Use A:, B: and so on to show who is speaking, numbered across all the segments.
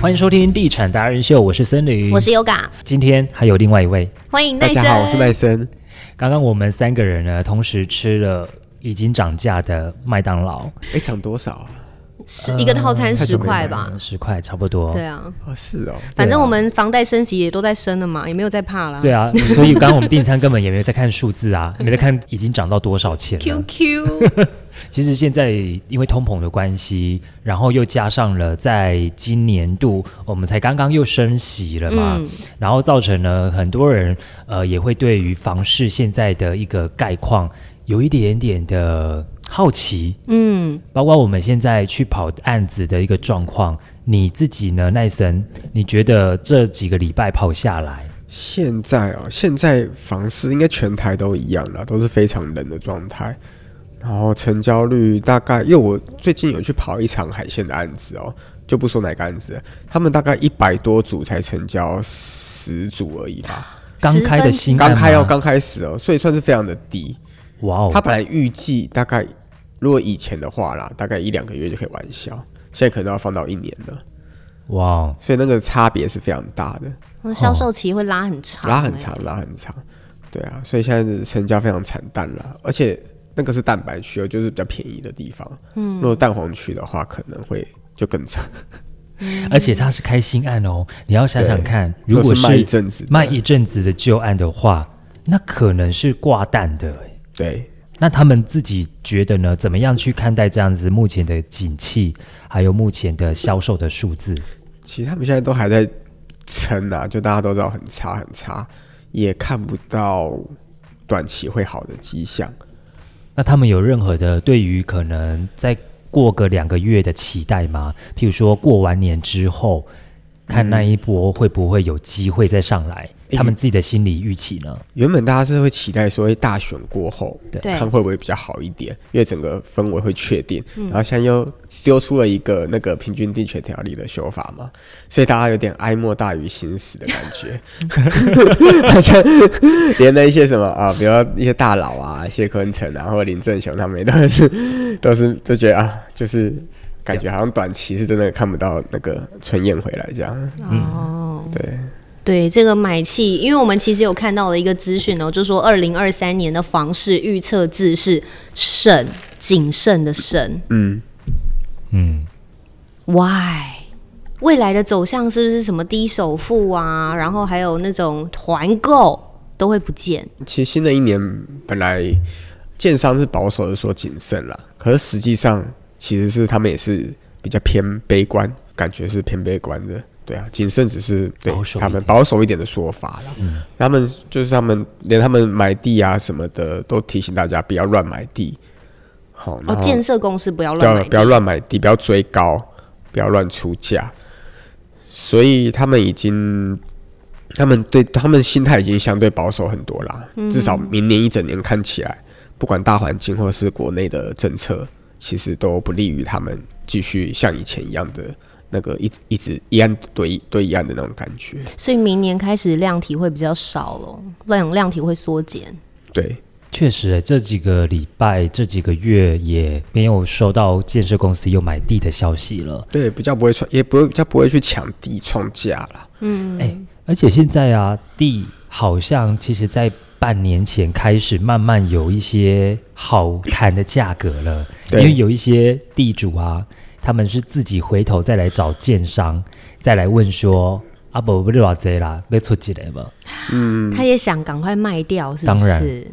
A: 欢迎收听《地产达人秀》，我是森林，
B: 我是 Yoga，
A: 今天还有另外一位，
B: 欢迎
C: 大
B: 奈森。
C: 家好，我是赖森。
A: 刚刚我们三个人呢，同时吃了已经涨价的麦当劳，
C: 哎，涨多少啊？
B: 是一个套餐
C: 呃太
B: 十
C: 久没
B: 块
C: 来
B: 吧？
A: 十块差不多。
B: 对啊，
C: 哦，是哦，
B: 反正我们房贷升息也都在升了嘛，也没有在怕啦。
A: 对啊，所以刚刚我们订餐根本也没有在看数字啊，没在看已经涨到多少钱了。
B: QQ
A: 其实现在因为通膨的关系，然后又加上了在今年度我们才刚刚又升息了嘛，
B: 嗯
A: 然后造成了很多人呃也会对于房市现在的一个概况有一点点的好奇，
B: 嗯，
A: 包括我们现在去跑案子的一个状况。你自己呢，奈森？你觉得这几个礼拜跑下来，
C: 现在哦，现在房市应该全台都一样了，都是非常冷的状态。然后成交率大概，因为我最近有去跑一场海鲜的案子哦，就不说哪个案子了，他们大概一百多组才成交十组而已吧，
A: 刚开的新案
C: 刚
A: 吗
C: 开哦，刚开始哦，所以算是非常的低。
A: 哇哦，
C: 他本来预计大概，如果以前的话啦，大概一两个月就可以完销，现在可能都要放到一年了，
A: 哇哦，
C: 所以那个差别是非常大的。
B: 我销售期会拉很长、
C: 拉很
B: 欸。
C: 长，拉很长，对啊，所以现在的成交非常惨淡啦，而且那个是蛋白区哦，就是比较便宜的地方。嗯，如果蛋黄区的话，可能会就更惨。
B: 嗯
A: 而且它是开新案哦，你要想想看，
C: 对
A: 如果
C: 如果是卖一阵子的
A: 卖一阵子的旧案的话，那可能是挂蛋的诶。
C: 对，
A: 那他们自己觉得呢？怎么样去看待这样子目前的景气，还有目前的销售的数字？
C: 其实他们现在都还在撑啊，就大家都知道很差很差，也看不到短期会好的迹象。
A: 那他们有任何的对于可能再过个两个月的期待吗？譬如说过完年之后，看那一波会不会有机会再上来？
C: 诶
A: 他们自己的心理预期呢？
C: 原本大家是会期待说，诶大选过后，
B: 对
C: 看会不会比较好一点，因为整个氛围会确定。
B: 嗯
C: 然后现在又丢出了一个那个平均地权条例的修法嘛，所以大家有点哀莫大于心死的感 觉，好像连那一些什么啊，比如说一些大佬啊，谢坤成啊，或者林正雄他们也都是都是就觉得啊，就是感觉好像短期是真的看不到那个春燕回来这样，
B: 哦，
C: 对。
B: 对这个买气，因为我们其实有看到了一个资讯哦，就说二零二三年的房市预测字是慎，谨慎的慎。
C: 嗯，
A: 嗯，
B: Why？未来的走向是不是什么低首付啊，然后还有那种团购都会不见？哦
C: 其实新的一年本来建商是保守的说谨慎啦，可是实际上其实是他们也是比较偏悲观，感觉是偏悲观的。对啊，谨慎只是对
A: 保守一点嗯
C: 他们保守一点的说法啦。他们就是他们连他们买地啊什么的都提醒大家不要乱买地，好，
B: 哦
C: 然，后
B: 建设公司不要
C: 不
B: 乱买
C: 要
B: 地，
C: 不要乱买地，不要追高，不要乱出价。所以他们已经，他们对他们心态已经相对保守很多啦。
B: 嗯
C: 至少明年一整年看起来，不管大环境或是国内的政策，其实都不利于他们继续像以前一样的那个一直一直一案对一对一案的那种感觉。
B: 所以明年开始量体会比较少了，量量体会缩减。
C: 对，
A: 确实欸，这几个礼拜、这几个月也没有收到建设公司又买地的消息了。
C: 对，比较不会创，也不会比较不会去抢地创价啦。
A: 哎、而且现在啊，地好像其实在半年前开始慢慢有一些好谈的价格了，因
C: 对
A: 为有一些地主啊，他们是自己回头再来找建商，再来问说。啊不不多少啦，要出几来吧。
B: 他也想赶快卖掉，是不
A: 当然
B: 是？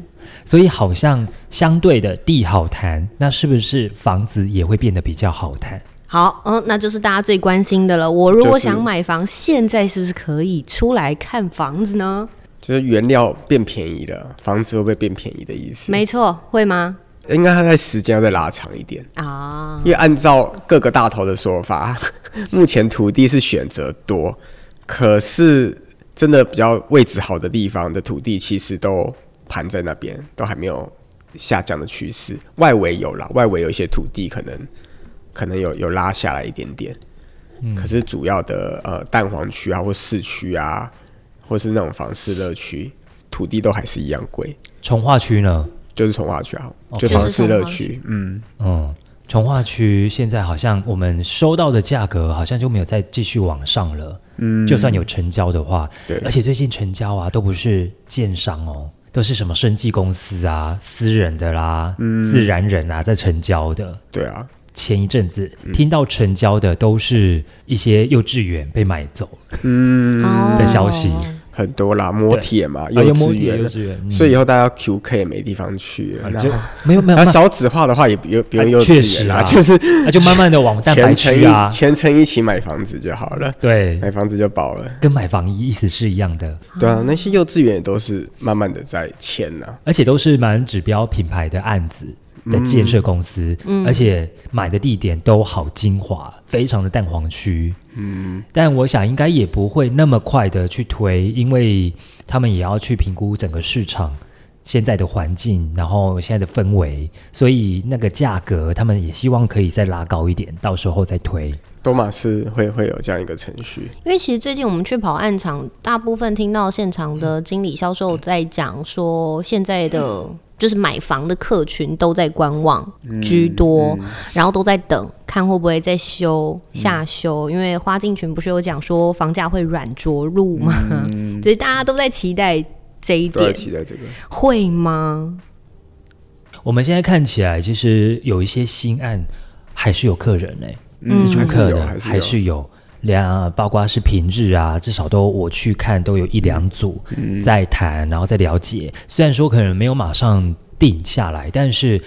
A: 所以好像相对的地好谈，那是不是房子也会变得比较好谈？
B: 好，嗯，那就是大家最关心的了。我如
C: 就
B: 果
C: 是
B: 想买房，现在是不是可以出来看房子呢？
C: 就是原料变便宜了，房子会不会变便宜的意思？
B: 没错，会吗？
C: 应该它在时间要再拉长一点。
B: 啊，
C: 因为按照各个大头的说法， 目前土地是选择多，可是真的比较位置好的地方的土地，其实都盘在那边，都还没有下降的趋势。外围有啦，外围有一些土地可能可能有有拉下来一点点，可是主要的呃蛋黄区啊，或市区啊，或是那种房市乐区，土地都还是一样贵，
A: 从化区呢？
C: 就是从化区啊，
A: 哦
C: 就
B: 就是
C: 房市
B: 从
C: 乐
B: 化区
C: 区，嗯。
A: 嗯，从化区现在好像我们收到的价格好像就没有再继续往上了。嗯，就算有成交的话，
C: 对
A: 而且最近成交啊都不是建商哦，都是什么生技公司啊、私人的啦、
C: 嗯
A: 自然人啊在成交的。
C: 对啊，
A: 前一阵子
C: 嗯
A: 听到成交的都是一些幼稚园被买走
B: 哦
A: 的消息，
C: 很多啦，摸铁嘛，
A: 啊
C: 幼稚
A: 摸底幼
C: 园，
A: 稚园，嗯
C: 所以以后大家 QK 也没地方去了，
A: 啊
C: 然
A: 就
C: 后
A: 没有没有，
C: 那
A: 慢
C: 少子化的话也不用不用
A: 啊
C: 幼
A: 确
C: 稚
A: 实
C: 园
A: 啊
C: 啦，就是
A: 那就慢慢的往蛋白
C: 全程
A: 区
C: 一
A: 啊，
C: 全程一起买房子就好了，
A: 对，嗯
C: 买房子就饱了。
A: 跟买房意思是一样的，
C: 对啊，那些幼稚园也都是慢慢的在迁呐、
A: 而且都是蛮指标品牌的案子的建设公司，而且买的地点都好精华，非常的蛋黄区。嗯，但我想应该也不会那么快的去推，因为他们也要去评估整个市场。现在的环境，然后现在的氛围，所以那个价格，他们也希望可以再拉高一点，到时候再推。
C: 都嘛是会会有这样一个程序，
B: 因为其实最近我们去跑暗场，大部分听到现场的经理、销售在讲说，现在的就是买房的客群都在观望居多，然后都在等看会不会再修下修。因为花敬群不是有讲说房价会软着陆吗？ 所以大家都在期待这一
C: 都要
B: 点，
C: 期待这个。
B: 会吗？
A: 我们现在看起来，其实有一些新案还是有客人呢、
C: 嗯
A: 自助客的
C: 还是有还是有
A: 还是有，两呃包括是平日啊，至少都我去看都有一两组
C: 嗯
A: 在谈，然后在了解。虽然说可能没有马上定下来，但是。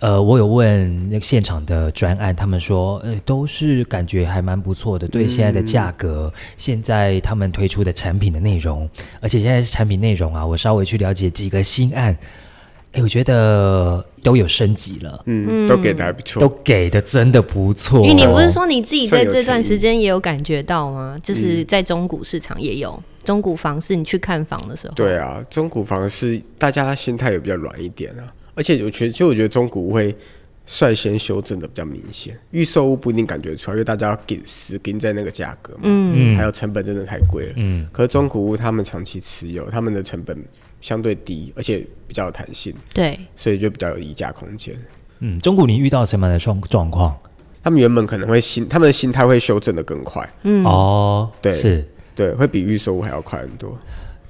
A: 呃，我有问那个现场的专案，他们说，呃，都是感觉还蛮不错的，
C: 嗯
A: 对现在的价格，现在他们推出的产品的内容，而且现在产品内容啊，我稍微去了解几个新案，哎，我觉得都有升级了，
C: 嗯，都给的还不
A: 都
C: 错。
A: 给的真的不错、
B: 因为你不是说你自己在
C: 哦算有
B: 这段
C: 诚意嗯
B: 时间也有感觉到吗？就是在中古市场也有、中古房市，你去看房的时候，
C: 对啊，中古房是大家心态也比较软一点啊，而且我觉得，其实我觉得中古会率先修正的比较明显，预售屋不一定感觉出来，因为大家给死盯在那个价格嘛，嗯，还有成本真的太贵了，嗯，可是中古屋他们长期持有，他们的成本相对低，而且比较有弹性，
B: 对。
C: 所以就比较有溢价空间。
A: 嗯，中古你遇到什么样的状状况？
C: 他们原本可能会心，他们的心态会修正的更快，
A: 嗯，哦，
C: 对
A: 是，
C: 对，会比预售屋还要快很多。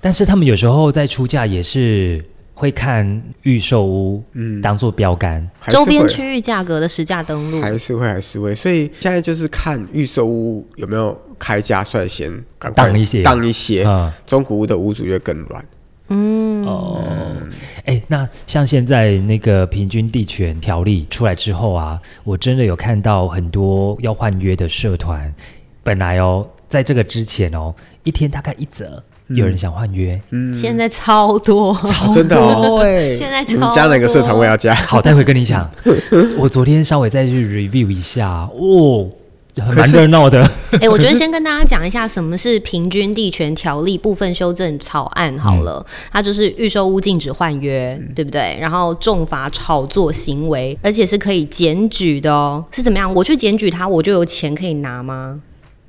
A: 但是他们有时候在出价也是会看预售屋，
C: 嗯
A: 当做标杆，
C: 还是
B: 周
C: 会
B: 边区域价格的实价
A: 嗯
B: 登录，
C: 还是会还是会，所以现在就是看预售屋有没有开价率先赶快
A: 当一些
C: 当一些，
A: 嗯，
C: 中古屋的屋主越更软。
B: 嗯
A: 哦，哎，那像现在那个平均地权条例出来之后啊，我真的有看到很多要换约的社团，本来哦，在这个之前哦，一天大概一则。
C: 嗯
A: 有人想换约，
B: 现在超 多，
C: 哦真的哦，
B: 现在
C: 你
B: 超
C: 们
B: 多。
C: 加哪个社团我也要加？
A: 好，待会跟你 讲。我昨天稍微再去 review 一下，哦，蛮热闹的。
B: 哎、我觉得先跟大家讲一下什么是平均地权条例部分修正草案好了，
C: 嗯
B: 它就是预售屋禁止换约，对不对？然后重罚炒作行为，而且是可以检举的哦。是怎么样？我去检举他，我就有钱可以拿吗？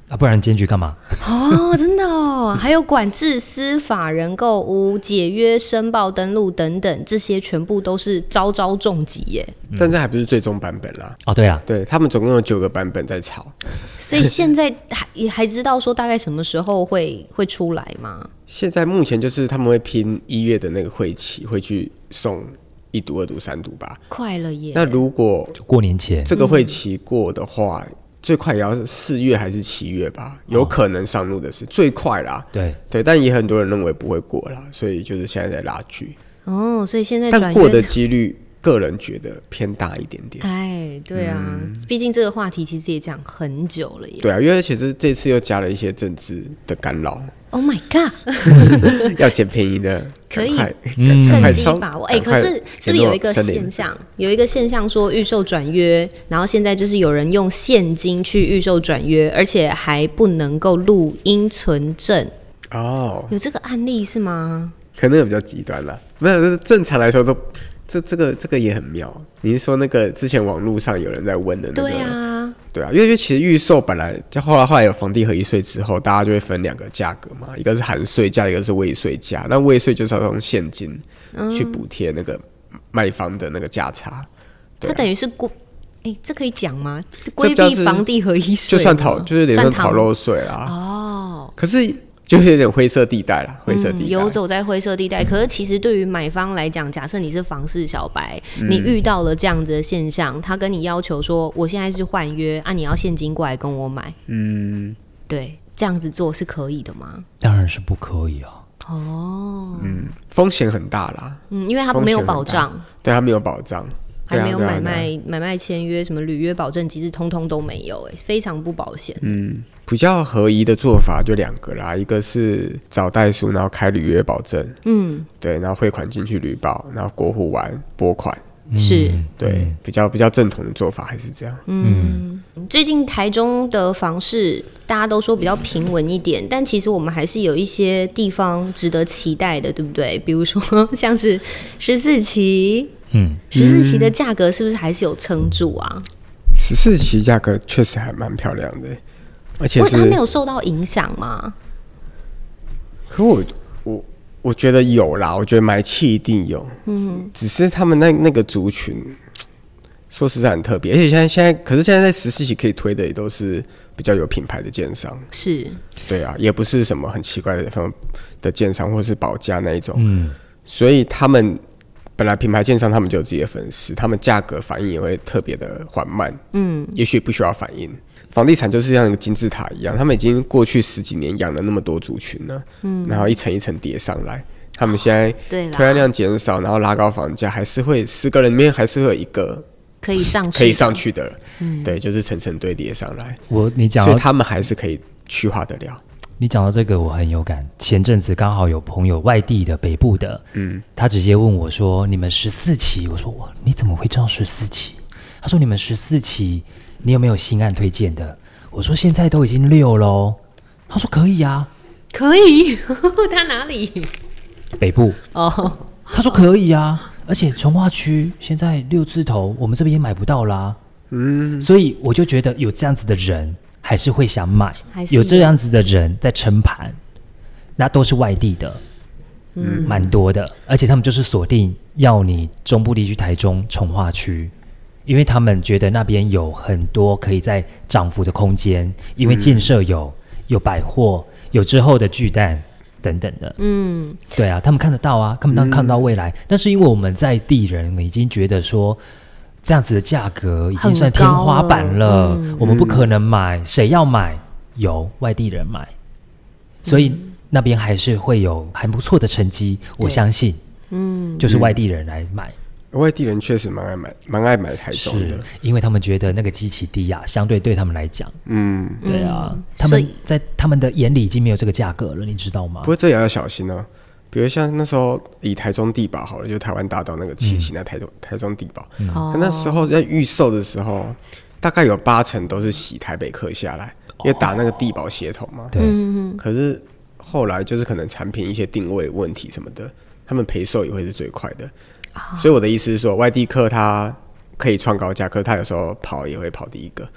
A: 啊，不然检举干嘛？
B: 哦，真的哦，还有管制司法人购屋、解约、申报、登录等等，这些全部都是招招重击 耶。
C: 但这还不是最终版本啦。
A: 哦，对了，
C: 对他们总共有九个版本在炒，
B: 所以现在还也还知道说大概什么时候会会出来吗？
C: 现在目前就是他们会拼一月的那个会期，会去送一读、二读、三读吧。
B: 快了耶！
C: 那如果
A: 就过年前，
C: 这个会期过的话，最快也要是四月还是七月吧，有可能上路的是最快啦。
A: 对，
C: 对，但也很多人认为不会过啦，所以就是现在在拉锯，
B: 哦，所以现在
C: 但
B: 转
C: 过
B: 约
C: 的几率，个人觉得偏大一点点。
B: 哎，对啊，
C: 嗯
B: 毕竟这个话题其实也讲很久了耶。
C: 对啊，因为其实这次又加了一些政治的干 扰，
B: Oh my god！
C: 要捡便宜的，
B: 可以
C: 赶快
B: 趁
C: 赶
B: 机
C: 快冲
B: 把握。哎、
C: 赶
B: 可
C: 快
B: 是是不是
C: 联
B: 有
C: 络
B: 一个
C: 森林
B: 现象？有一个现象说预售转约，然后现在就是有人用现金去预售转约，而且还不能够录音存证，
C: 哦，
B: 有这个案例是吗？
C: 可能有比较极端啦，没有，就是正常来说都这这个这个也很妙。你是说那个之前网络上有人在问的那个？
B: 对啊，
C: 对啊，因为因为其实预售本来就后来后来有房地合一税之后，大家就会分两个价格嘛，一个是含税价，一个是未税价。那未税就是要用现
B: 嗯
C: 金去补贴那个卖方的那个价差。对
B: 它
C: 啊
B: 等于是估哎、这可以讲吗？
C: 这
B: 规
C: 比较
B: 避
C: 是
B: 房地合一税
C: 就
B: 吗，
C: 算讨就是也
B: 算
C: 算讨
B: 论
C: 漏税啦，
B: 哦。
C: 可是就是有点灰色地带啦，灰色
B: 嗯
C: 地带。嗯
B: 游走在灰色地带。可是其实对于买方来讲，假设你是房市小白，
C: 嗯
B: 你遇到了这样子的现象，他跟你要求说，我现在是换约啊，你要现金过来跟我买，
C: 嗯，
B: 对，这样子做是可以的吗？
A: 当然是不可以啊。
B: 哦，
C: 风险很大啦，
B: 嗯，因为他
C: 风险
B: 没有
C: 很
B: 保
C: 大
B: 障，
C: 对它没有保障，
B: 还
C: 对啊
B: 没有
C: 对啊
B: 买
C: 对啊
B: 卖、买卖签约，什么履约保证机制，通通都没有、哎，非常不保险。
C: 嗯比较合宜的做法就两个啦，一个是找代书，然后开履约保证，
B: 嗯，
C: 对，然后汇款进去履保，然后过户完拨款，
A: 嗯
B: 是。
C: 对，比较比较正统的做法还是这样。
B: 嗯最近台中的房市，大家都说比较平稳一点，但其实我们还是有一些地方值得期待的，对不对？比如说像是 十四期，
A: 嗯，
B: 十四期的价格是不是还是有撑住啊？
C: 十四期价格确实还蛮漂亮的，而且
B: 不，它
C: 是
B: 没有受到影响吗？
C: 可我我我觉得有啦，我觉得买气一定有，嗯，只是他们那那个族群，说实在很特别，而且现在现在，可是现在在十四期可以推的也都是比较有品牌的建商，
B: 是，
C: 对啊，也不是什么很奇怪的什么的建商或者是保价那一种，
A: 嗯，
C: 所以他们本来品牌建商他们就有自己的粉丝，他们价格反应也会特别的缓慢，
B: 嗯，
C: 也许不需要反应。房地产就是像一个金字塔一样，他们已经过去十几年养了那么多族群了，嗯，然后一层一层叠上来，他们现在
B: 对
C: 推
B: 啦，
C: 案量减少，然后拉高房价，还是会十个人里面还是会有一个
B: 可以上去，
C: 可以上，去的，
B: 嗯
C: 对，就是层层堆叠上来，
A: 我你讲
C: 所以
A: 到
C: 他们还是可以去化得了。
A: 你讲到这个，我很有感。前阵子刚好有朋友外地的北部的，嗯，他直接问我说：“你们十四期？”我说：“我你怎么会知道十四期？”他说：“你们十四期，你有没有新案推荐的？”我说：“现在都已经六喽。”他说：“可以啊，
B: 可以。 它哪里？
A: 北部。
B: 哦，”
A: 他说：“可以啊，而且从化区现在六字头，我们这边也买不到啦。”嗯，所以我就觉得有这样子的人还是会想买，
B: 还是
A: 有这样子的人在撑盘，那都是外地的，嗯，蛮多的，而且他们就是锁定要你中部地区、台中、从化区，因为他们觉得那边有很多可以在涨幅的空间，因为建设有、有百货，有之后的巨蛋。等等的，嗯，对啊，他们看得到啊，他们当看到未来，
B: 嗯
A: 那、是因为我们在地人已经觉得说，这样子的价格已经算天花板了，
B: 很高了嗯
A: 我们不可能买，谁要买？有外地人买，所以那边还是会有很不错的成绩，我
B: 嗯对
A: 相信。嗯，就是外地人来买，
C: 外地人确实蛮爱买，蛮爱买台中
A: 是
C: 的，
A: 因为他们觉得那个基期低啊，相对对他们来讲，
C: 嗯，
A: 对啊，他
B: 所
A: 们
B: 以
A: 在他们的眼里已经没有这个价格了，你知道吗
C: 不？过这也要小心哦、比如像那时候以台中地堡好了，就台湾大道那个七
A: 嗯
C: 期那台中、台中地堡，
B: 哦，
C: 那时候在预售的时候，大概有八成都是洗台北客下来，因为打那个地堡协同嘛。
A: 哦
B: 嗯
A: 对，
C: 可是后来就是可能产品一些定位问题什么的，他们赔售也会是最快的。
B: 啊
C: 所以我的意思是说，外地客他可以创高价，可是他有时候跑也会跑第一个，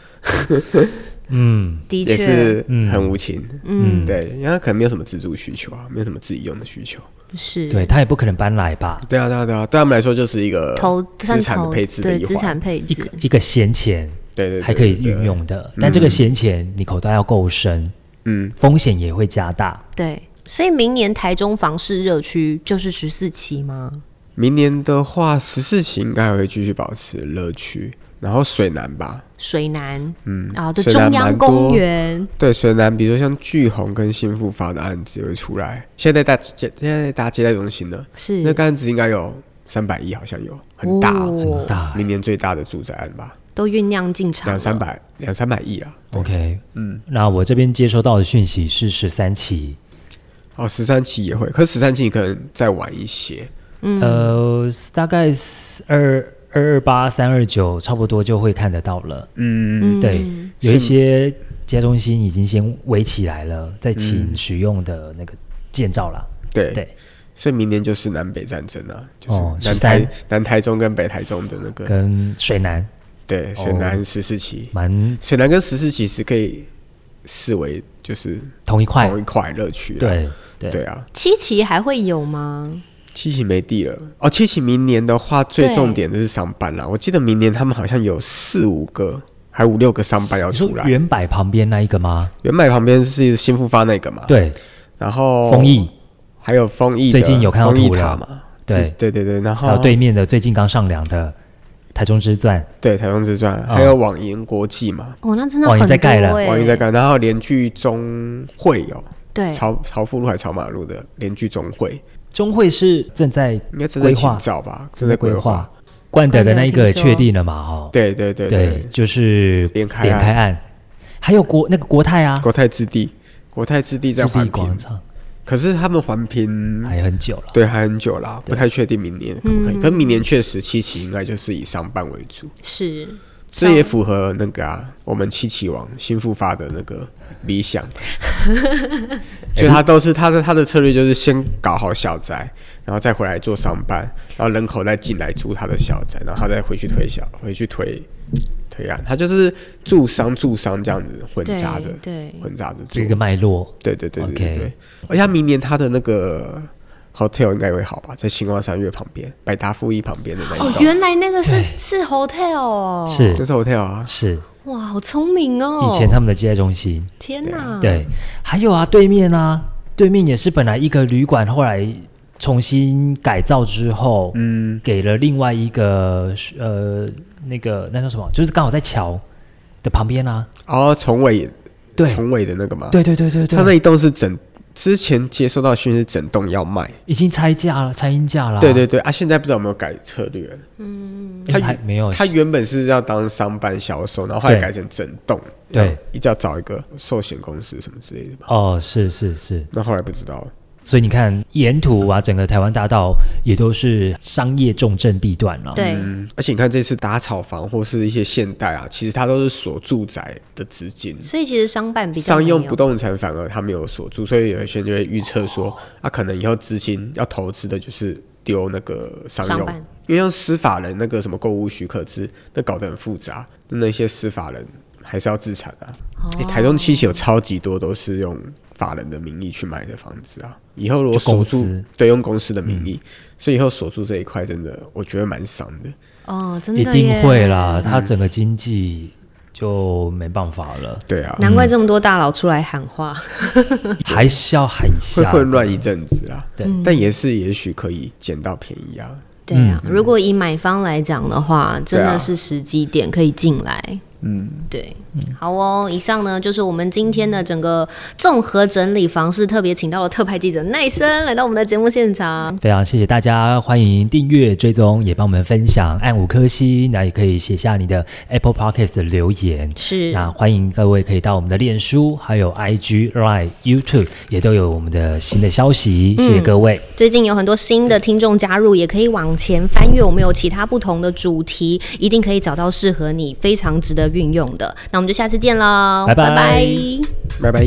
A: 嗯，
B: 的
C: 也
B: 确
C: 是很无情。
A: 嗯
C: 对，因为他可能没有什么自住需求啊，没有什么自己用的需求。
B: 是
A: 对他也不可能搬来吧，
C: 对啊，对啊，对啊，对他们来说就是一个
B: 投
C: 资产的配置的
B: 对
C: 一
B: 资
C: 环
B: 产。配
A: 一
B: 置
A: 个，一个闲钱
C: 对对对，
A: 还可以
C: 对对
A: 运用的，但这个闲钱你口袋要够深，
C: 嗯，
A: 风险也会加大。
B: 对，所以明年台中房市热区就是十四期吗？
C: 明年的话，十四期应该还会继续保持乐趣，然后水南吧，
B: 水南，嗯，啊，对，
C: 水南
B: 中央
C: 蛮多
B: 公园，
C: 对，水南，比如说像巨虹跟新复发的案子也会出来。现在大街现在大接待中心呢，
B: 是
C: 那个案子应该有三百亿，好像有很大哦、
B: 哦
A: 大
C: 明年最大的住宅案吧，
B: 都酝酿进场
C: 两
B: 了
C: 三百两三百亿啊。
A: OK，嗯，那我这边接收到的讯息是十三期，
C: 哦，十三期也会，可十三期可能再晚一些，
A: 呃，大概二二二八、三二九，差不多就会看得到了。
C: 嗯，
A: 对，有一些家中心已经先围起来了，再
C: 嗯
A: 请使用的那个建造啦。
C: 对
A: 对，
C: 所以明年就是南北战争啊，就
A: 哦
C: 是南台、
A: 13
C: 南台中跟北台中的那个，
A: 跟哦水南
C: 对，水南十四期，
A: 蛮
C: 水南跟十四期是可以视为就是
A: 同一块
C: 同，一块乐趣啦，
A: 对对
C: 对啊，
B: 七期还会有吗？
C: 七期没地了哦，七期明年的话，最
B: 对
C: 重点的是商班啦。我记得明年他们好像有四五个，还五六个商班要
A: 你说
C: 出来。
A: 原柏旁边那一个吗？
C: 原麦旁边是新复发那个嘛，，
A: 对，
C: 然后
A: 丰益，
C: 还有丰益的，
A: 最近有看到
C: 丰益
A: 图了
C: 塔嘛，
A: 对
C: 是对对对，然
A: 还
C: 后
A: 有对面的最近刚上梁的台中之钻，
C: 对台中之传，还有网银国际嘛，
B: 哦，那真的
A: 哇
B: 很
A: 你
B: 多
A: 在盖了
B: 欸
C: 网银在干，然后连聚中会有
B: 对，
C: 朝朝富路还是朝马路的连聚中会，
A: 中会是正在
C: 应该正在
A: 规划
C: 请照吧，正在规划。。
A: 冠德的那一
B: 冠德
A: 个
B: 有听说
A: 确定了嘛？哦，
C: 对对对
A: 对，就是
C: 连开案
A: 连开案，还有国那个国泰啊，
C: 国泰之地，国泰之地在
A: 置
C: 环
A: 地广
C: 评，
A: 场
C: 可是他们环评
A: 还很久了。
C: 对还很久啦，不太确定明年可不可以。可明年确实七期应该就是以商办为主，
B: 是
C: 这也符合那个啊，我们七期王新复发的那个 理想，就他都是他的他的策略就是先搞好小宅，然后再回来做商办，然后人口再进来住他的小宅，然后他再回去推小回去推推案，他就是住商住商这样子混
B: 对
C: 杂着
B: 对
C: 混杂着住
A: 这。个脉络，
C: 对对对对对
A: OK
C: 对。而且他明年他的那个 hotel 应该会好吧，在星光三月旁边，百达馥益旁边的那一
B: 哦，
C: 栋，
B: 原来那个是是 hotel 哦，
A: 是
C: 这是 hotel 啊。
A: 是，
B: 哇，好聪明哦，
A: 以前他们的接待中心，
B: 天
C: 嗯
B: 哪，，
A: 对，还有啊，对面啊，对面也是本来一个旅馆，后来重新改造之后，嗯，给了另外一个呃，那个那叫什么，就是刚好在桥的旁边啊，
C: 哦，崇伟也，
A: 对，
C: 崇伟的那个嘛，，
A: 对对对对对，
C: 他那一栋是整。之前接收到讯息，整栋要卖。
A: 已经拆架了，拆阴架了，
C: 对对对啊，现在不知道有没有改策略了。
A: 哎，
C: 他
A: 还没有，
C: 他原本是要当商办销售，然后后来
A: 对
C: 改成整栋，
A: 对，
C: 一定要找一个寿险公司什么之类的吧。
A: 哦，是是是，
C: 那后来不知道了，
A: 所以你看沿途啊，整个台湾大道也都是商业重镇地段啊了、
B: 对，
C: 嗯，而且你看这次打炒房或是一些现代啊，其实它都是锁住宅的资金，
B: 所以其实商办比较
C: 商用
B: 没有
C: 不动产反而它没有锁住，所以有一些人就会预测说，啊，可能以后资金要投资的就是丢那个商用，
B: 商办
C: 因为像司法人那个什么购物许可制，那搞得很复杂，那那些司法人还是要自产啊。
B: 哦
C: 诶台中七期有超级多都是用法人的名义去买的房子啊，以后如果
A: 就公
C: 锁住
A: 司，嗯
C: 对，用公司的名义，所以以后锁住这一块真的我觉得蛮伤的。
B: 哦，真的
A: 一定
B: 耶
A: 会，啦，它整个经济就没办法了，
C: 对啊，
B: 难怪
A: 嗯
B: 这么多大佬出来喊话，
A: 还是要喊一
C: 会
A: 下，
C: 混乱一阵子啦。
A: 啊对，
B: 嗯
C: 但也是也许可以捡到便宜啊。
B: 对啊，
A: 嗯
B: 如果以买方来讲的话，真
C: 对
B: 的
C: 啊
B: 是时机点可以进
A: 啊
B: 来。嗯，对，好哦。以上呢就是我们今天的整个综合整理房市，特别请到了特派记者奈生来到我们的节目现场。
A: 非常谢谢大家，欢迎订阅、追踪，也帮我们分享，按五颗星，那也可以写下你的 Apple Podcast 的留言。
B: 是，
A: 那欢迎各位可以到我们的脸书、还有 IG、Line、YouTube 也都有我们的新的消息，谢谢各位。
B: 最近有很多新的听众加入，也可以往前翻阅，我们有其他不同的主题，一定可以找到适合你、非常值得运用的。那我们就下次见喽，
A: 拜拜
B: 拜拜
C: 拜拜。